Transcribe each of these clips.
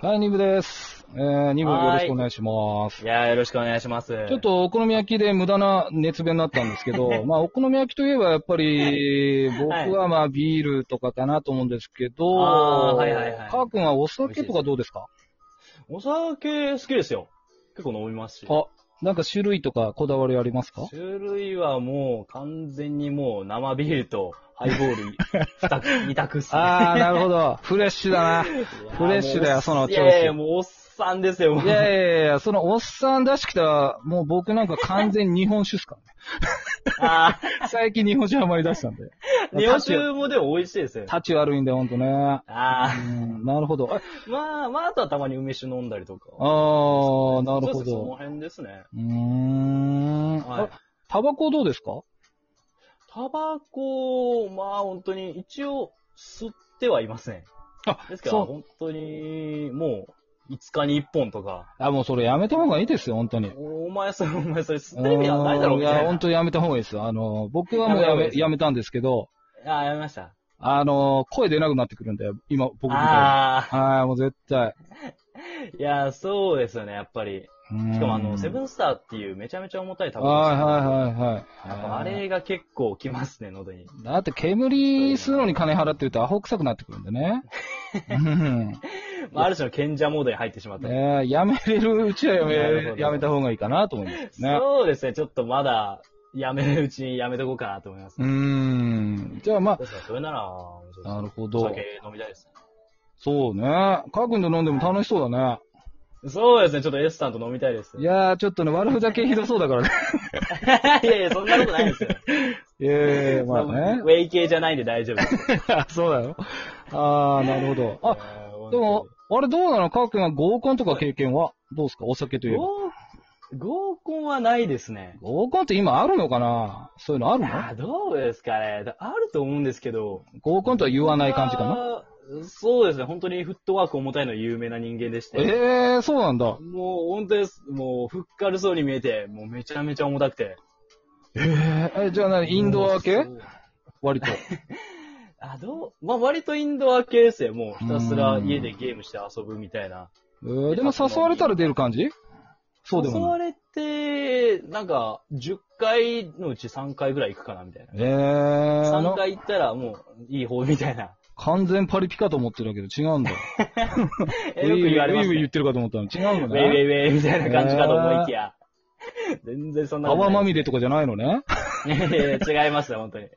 はい、2部です。えー、2部よろしくお願いしますい。やー、よろしくお願いします。ちょっ、とお好み焼きで無駄な熱弁になったんですけ ど、まあお好み焼きといえばやっぱり、僕はまあビールとかかなと思うんですけど、あーはいはいはいかーくんはお酒とかどうですかお酒好きですよ。結構飲みますし。あ、なんか種類とかこだわりありますか種類はもう完全にもう生ビールとハイボール 二択二択っすね。あー、なるほど。 フレッシュだな。フレッシュだよその調調子子。いやいや、もうおっさんですよ、もういやいやいや、そのおっさん出してきた、もう僕なんか完全に日本酒っすからね。あ最近日本酒はまり出したんで。ー 日本酒もでも美味しいですよ。タチ悪いんだよ、ほんとね。うあん、なるほど。あーまあ、まあ、あとはたまに梅酒飲んだりとか。あー、なるそほうですそのど。辺ですね。うーん。はいあタバコどうですかタバコ、まあ本当に、一応、吸ってはいません。あですから、そう。本当に、もう、5日に1本とか、あ、もうそれやめた方がいいですよ、本当に。お前それ、お前それ吸ってる意味はないだろういみたいな。や、本当にやめた方がいいですよ。あの、僕はもうやめたや方がいいめですやめたんですけど、あ、やめました。あの、声出なくなってくるんだよ、今、僕みたいに。あはい、もう絶対。あ、いや、そうですよね、やっぱり。うんしかもあの、セブンスターっていうめちゃめちゃ重たいタバコではすねいはいはいはい。やっぱあれが結構きますね、喉に。だって煙吸うのに金払ってるとアホ臭くなってくるんで ね。うんまあ、ある種の賢者モードに入ってしまった。ねえやめれるうちはやなるほめ、どやめた方がいいかなと思いますね。そうですね、ちょっとまだ、やめるうちにやめとこうかなと思います。うーん。じゃあまですから、それなら、そうですねあ、なるほど。酒飲みたいですそうね。かーくんと飲んでも楽しそうだね。そうですね、ちょっとエスさんと飲みたいです。ね。いやー、ちょっとね、悪ふざけひどそうだ からね。 いやいや、そんなことないですよ。ええまあねウ。ェイ系じゃないんで大丈夫で す。そうだよ。あー、なるほど。あ、あでも、、あれどうなのかーくんは合コンとか経験はどうですかお酒という合合コンはないですね。合コンって今あるのかなそういうのあるのあどうですかね。あると思うんですけど。合コンとは言わない感じかななそうですね。本当にフットワーク重たいの有名な人間でして。ええー、そうなんだ。もう本当です。もうふっかるそうに見えて、もうめちゃめちゃ重たくて。えー、えじゃあ何インドア系もうそう割と。あ、どうまあ割とインドア系ですよ。もうひたすら家でゲームして遊ぶみたいな。えー、でも誘われたら出る感じそうで誘もなわい。れて、なんか、10回のうち3回ぐらい行くかな、みたいな。えー、あ3の、回行ったらもう、いい方みたいな。完全パリピかと思ってるけど違うんだ。 えよく言われまウィーウィーウィす、ー言ねっ。てるかと思ったの。違うウのェイウェね。イウェイみたいな感じかと思いきや。全然そんなこと泡まない。みれとかじゃないのね。いやいや違いますよ、本当に。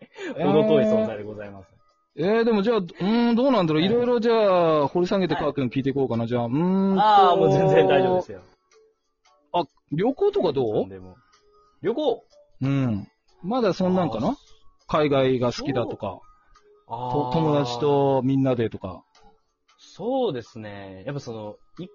ほど遠い存在でございます。えー、でもじゃあ、うーん、どうなんだろう。はいいろいろじゃあ、掘り下げてカー君聞いていこうかな。じゃあ、うーんと。ああ、もう全然大丈夫ですよ。よ。あ、旅行とかどうなんでも旅行うん。まだそんなんかな海外が好きだとか、あとー友達。とみんなでとか。そうですね。やっぱその、行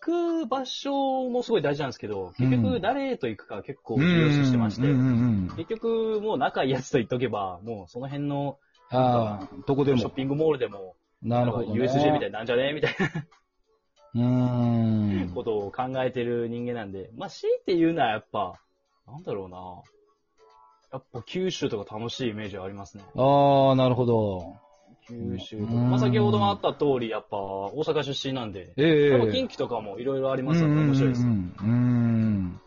く場所もすごい大事なんですけど、結う局ん誰と行くか結構うんうん重視してましてうんう、んうん結局もう仲いいやつと言っとけば、もうその辺のああ、どこシでョッも。ピングモールでも、なるほど、ね。 USJ みいたいになんじゃねみたいなうーん。ことを考えてる人間なんで、まあ強いて言うならやっぱ、なんだろうな。やっぱ九州とか楽しいイメージはありますね。ああ、なるほど。九州とか。うんまあ先ほどもあった通り、やっぱ大阪出身なんで、ええやっぱ近畿とかもいろいろありますうのんで面白いですうよ。んうんうん。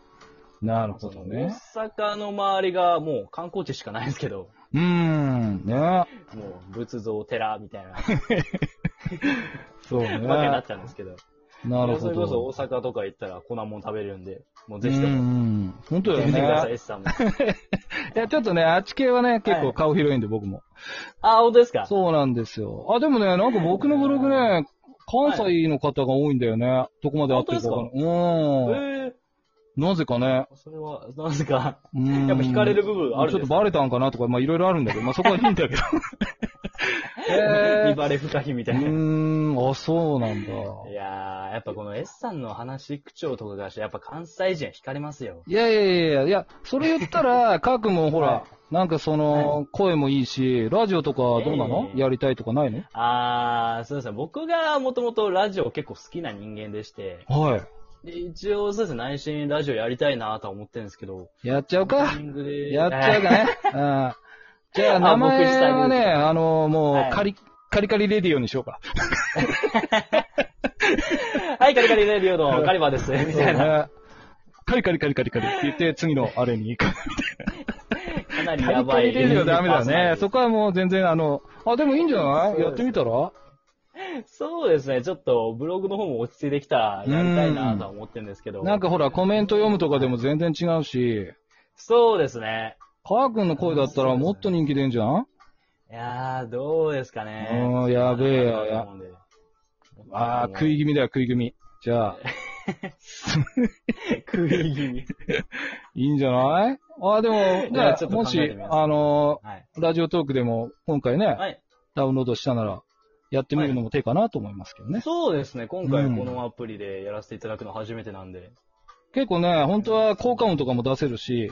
なるほそどのね。大阪の周りがもう観光地しかないんですけど、うーん。ね。もう仏像、寺みたい なわそうけ ね。にななっちゃうんですけど、るそほれこそど。大阪とか行ったら粉もん食べれるんで、もううぜんひとうもん。本当行だってよみてください、ね。 S さんも。いや、ちょっとね、あっち系はね、結は構い顔広いんで、僕も。あ、本当ですかそうなんですよ。あ、でもね、なんか僕のブログね、関西の方が多いんだよね。どこまで合ってるかわかんない。うん。ええなぜかね。それは、なぜか、うんやっぱ惹かれる部分あるちょっとんですバレたんかなとか、まあいろいろあるんだけど、まあそこはいいんだ けど。え見バレ不可避ー、うみたいな。ーん、あ、そうなんだ。いやー、やっぱこの S さんの話口調とかがして、やっぱ関西人は惹かれますよ。いやいやいやいや、いや、それ言った ら、カー君もほらは、なんかその、声もいいし、ラジオとかどうなの、ええやりたいとかないのあー、そうですね。僕がもともとラジオ結構好きな人間でして、はで一応そうですね、内心ラジオやりたいなとは思ってるんですけど、い。やっちゃうタイかミングでやっちゃう かね。うんじゃあ、名前はね、あの、もはう、いカリ、カリカリレディオにしようか。カリカリレディオのガリバーです、みたいな。ねカリカリカリカリカリって言って、次のあれに行く。かなりカやリカばい。リレディオダメだ ね。そそこはもう全然あの、あ、でもいいんじゃなそういですやってみたらそうですね、ちょっとブログの方も落ち着いてきた、やりたいなとは思ってるんですけど。なんかほら、コメント読むとかでも全然違うし、そうですね。川君の声だったらもっと人気出んじゃんいやー、どうですかね。うんやべえよや。ああ、食い気味だよ、食い気味。じゃあ、食い気味。いいんじゃないあ あ、でも、じいゃやちあ、ょっとも考しえてみ、ますあのはい。 ー、ラジオトークでも今回ね、はい。ダウンロードしたなら、やってみるのも手かなと思いますけどね。そうですね、今回このアプリでやらせていただくの初めてなんで。結構ね、本当は効果音とかも出せるし、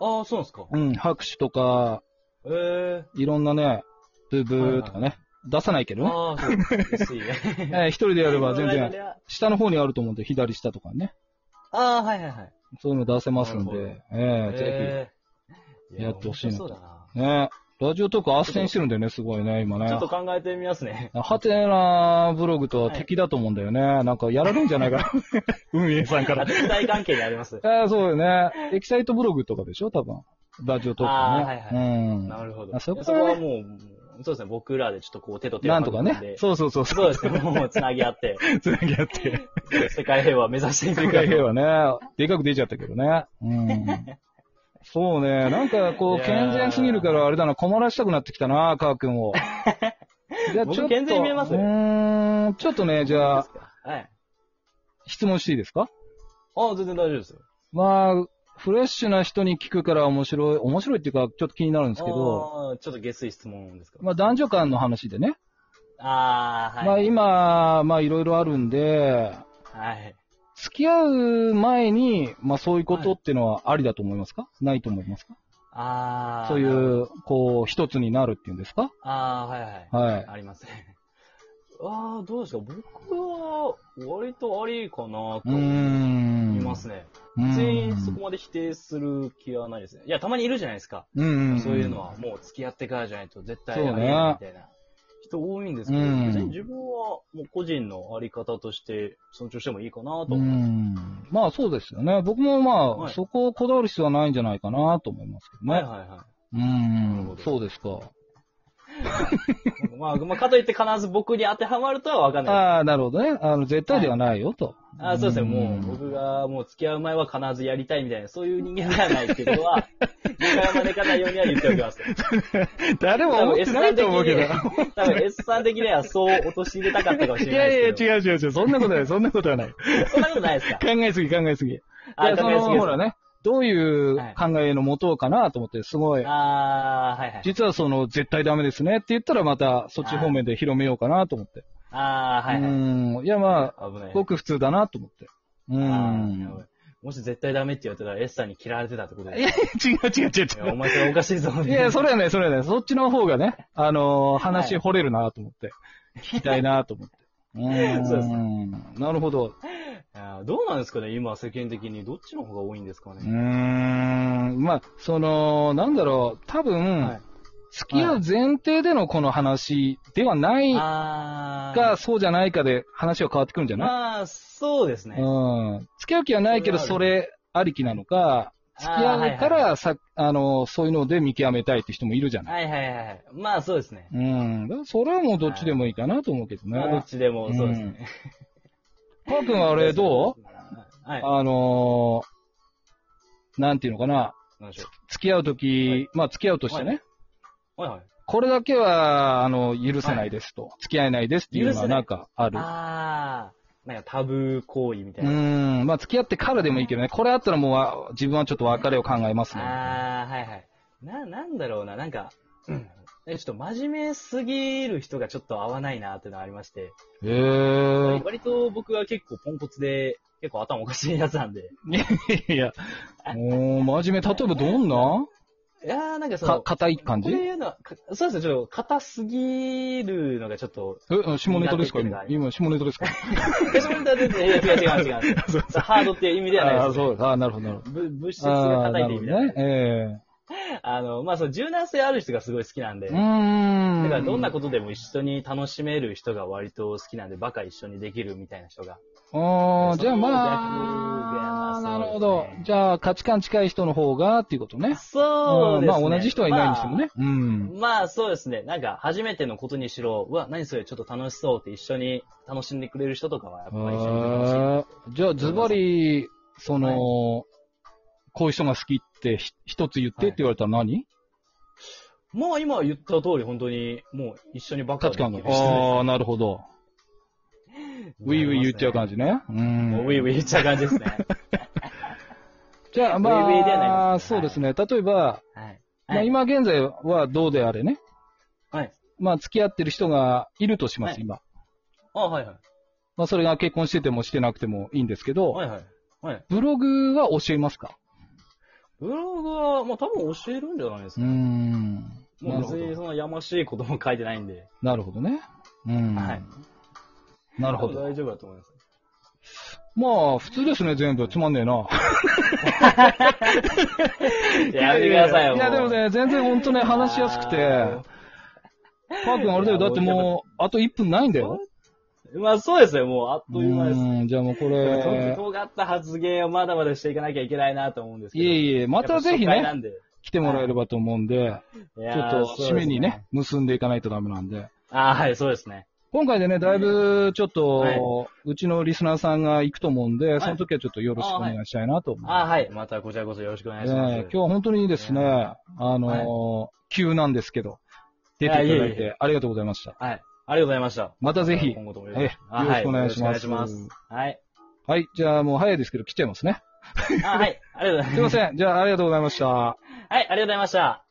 ああ、そうなんですか。うん、拍手とか、ええいろんなね、ブーブーとかね、出さないけどー。ね。ああ、そうですね。えー一 人でやれば全この間然、では下の方にあると思うんで、左下とかね。 ああ、はいはいはい。そういうの出せますんなるで、ええぜえーやってほしいなや面白そうだな。ひ。ねラジオトーク斡旋してるんだよね、すごいね、今ね。ちょっと考えてみますね。 ハテナブログとは敵だと思うんだよね。なんかやられるんじゃないか な。運営さん から。敵対関係にあります。ああ、そうよね。エキサイトブログとかでしょ多分。ラジオトークあね。ーはいはいうん。なるほあど。そそここははもう、そうですね、僕らでちょっとこう手と手をなんとか組んでね。そうそうそう。そうですね、もう繋ぎ合って、 つなぎ合って。世界平和目指していく世か界平ら。和ね。でかく出ちゃったけどね。うん。そうね。なんかこ、いうやー健全すぎるから、あれだな、困らしたくなってきたな、川君 を。じゃ僕健全に見えますうーん。ちょっとね、じゃあ、はい。質問していいですかああ、全然大丈夫ですよ。まあ、フレッシュな人に聞くから面白い、面白いっていうか、ちょっと気になるんですけど、あーちょっと下水質問ですか。まあ男女間の話でね、ああ、はい。まあ今、まあいろいろあるんで、はい。付き合う前に、まあそういうことっていうのはありだと思いますか、ないと思いますかああ。そうい。う、こう、一つになるっていうんですかああ、はいはい。はい。ありますね。 ああ、どうですか僕は、割とありかなとうー思ん。いますね。うーん。全員そこまで否定する気はないですね。いや、たまにいるじゃないですか。うん。そういうのは、もう付き合ってからじゃないと絶対あそりうえねないみたいな人多いんですけど、うん別に自分はもう個人のあり方として尊重してもいいかなとう思います。ん。まあそうですよね。僕もまあ、はいそこをこだわる必要はないんじゃないかなと思いますけどね。はいはいはうーるほんどそうですか。い。まあ、まあ、かといって必ず僕に当てはまるとはわかんない。ああ、なるほどね。あの、絶対ではないよと。あそうですね、んもう僕がもう付き合う前は必ずやりたいみたいな、そういう人間ではないっていうこと は、誤解を招かないようには言っておきます。 誰も思ってないと思うけど。多分 S さん的に多分 S さん的にはそう落とし入れたかったかもしいれなやいいや、ですけど。違う違う違う。そんなことはない。そんなことはない。考や、そんなことないですか。えすぎ、考えすぎ。いあや、その、ほら。考ね、どういうはい考えのもとかなと思って、すごえすいぎです。あー、はいはい。実はその、絶対ダメですねって言ったら、また、そっち方面で広めようかなと思って。あー、はいうはい。ん。いや、ま危なあ、い。ごく普通だなと思って。うあん。ーやばいもし絶対ダメって言われたら、S さんに嫌われてたってこといでや、す。違う違う違いや、うお前それおかしいぞ。 違う。いや、それはね、それはね、そっちの方がね、あのー話掘れるなと思って。聞きたいなと思って。うん。 そうですなるほど。あーどうなんですかね今、世間的に。どっちの方が多いんですかうねーんまあ、その、なんだろう、多分、はい付き合う前提でのこの話ではないか、あー。そうじゃないかで話は変わってくるんじゃない、まあ、そうですね。うん。付き合う気はないけど、そそれれありきなのか、付きあー合うからさ、あの、そういうので見極めたいって人もいるじゃない、はいはいはいはいはい。まあ、そうですね。うん。だからそれはもうどっちでもいいかなと思うけどまあ、どねっ。ちでも、そうですね。パー君はああれどうはうい。あのーなんていうのかな、なんでしょ付き合うとき、はいまあ付き合うとしてね、はいうんはいはい。これだけは、あの、許せないですと。付き合えないですっていうのは許せないなんかある。ああ、なんかタブー行為みたいうな。ん。まあ、付き合ってからでもいいけどね。これあったらもうわ、自分はちょっと別れを考えますね。ああ、はいはい。な、なんだろうな、なんか、うんえちょっと真面目すぎる人がちょっと合わないなっていうのはありまして、へえ割と僕は結構ポンコツで、結構頭おかしいやつなんで、ー。いや、もう、真面目。例えばどんないやーなんかそか、の、硬い感こじういうのは、かそうですね、ちょっと硬すぎるのがちょっと、え、下ネタですか苦手っていうのが今あ。り今、下ネタですか私も全然いや違う違う違う違う。そうハードっていう意味ではないあであ、すよ。そう。ああ、なるほど、なるほぶ物質ど。がああ、硬いなっるて意ほ味どだね。えあの、まあその柔軟性ある人がすごい好きなんで、えー。うーん。だからどんなことでも一緒に楽しめる人が割と好きなんで、バカ一緒にできるみたいな人が。ああ、そじゃあのまあ、逆なるがまあそうですねほど。じゃあ価値観近い人の方がっていうことね。そうですね。まあ同じ人はいないにしてもね。うん。まあ。まあそうですね。なんか初めてのことにしろ、うわ、何それちょっと楽しそうって一緒に楽しんでくれる人とかはやっぱり一緒に楽しい。へえじゃあズバリ、その、こういう人が好きってひ一つ言ってって言われたら何、まあ今言った通り本当にもう一緒にバカ価で値きる観が。人ですああ、なるほど。ウィーウィー言っちゃう感じ。じね。う。もうんウィーウィー言っちゃう感じですね。じゃあまウィーウィーではないあ、ですねそうですね。例えば、はい。まあ、今現在はどうであれね。はい。まあ付き合ってる人がいるとします、はい今。あ、はいはい。まあそれが結婚しててもしてなくてもいいんですけど、はいはい。はい。ブログは教えますかブログは、まあ多分教えるんじゃないですうか。ーん。なるもう別ほにど。そのやましいことも書いてないんで。なるほどね。うん。はい。なるほ多分ど。大丈夫だと思います。まあ、普通ですね、全部。つまんねえな。いややめてくださいよ。いや、でもね、全然本当ね、話しやすくて。パー君、あれだよ。いやだってもう、あと1分ないんだよ。まあそうですよ、もうあっとういう間です。ん。じゃあもうこでもとにかれく、尖った発言をまだまだしていかなきゃいけないなと思うんですけど。いえいえ、またぜひやっね、ぱ初回なんで来てもらえればと思うんで、いちやょっーと締めにね、。結んでいかないとダメなんで。そうですあーはい、そうですね。今回でね、だいぶちょっはいうと、うちのリスナーさんが行くと思うんで、いその時はちょっとよろしくお願いしたいなと思います。あーはい。またこちらこそよろしくお願いします。ええ今日は本当にですね、いあのー急なんですけど、出ていただいいやいやいてありがとうございました。はい。ありがとうございました。またぜひ、今後ともよええあよろしくお願いします。はいよろしくお願いします。はい。はい、じゃあもう早いですけど来ちゃいますね。あーはい。ありがとうございますいません、じゃあありがとうございました。はい、ありがとうございました。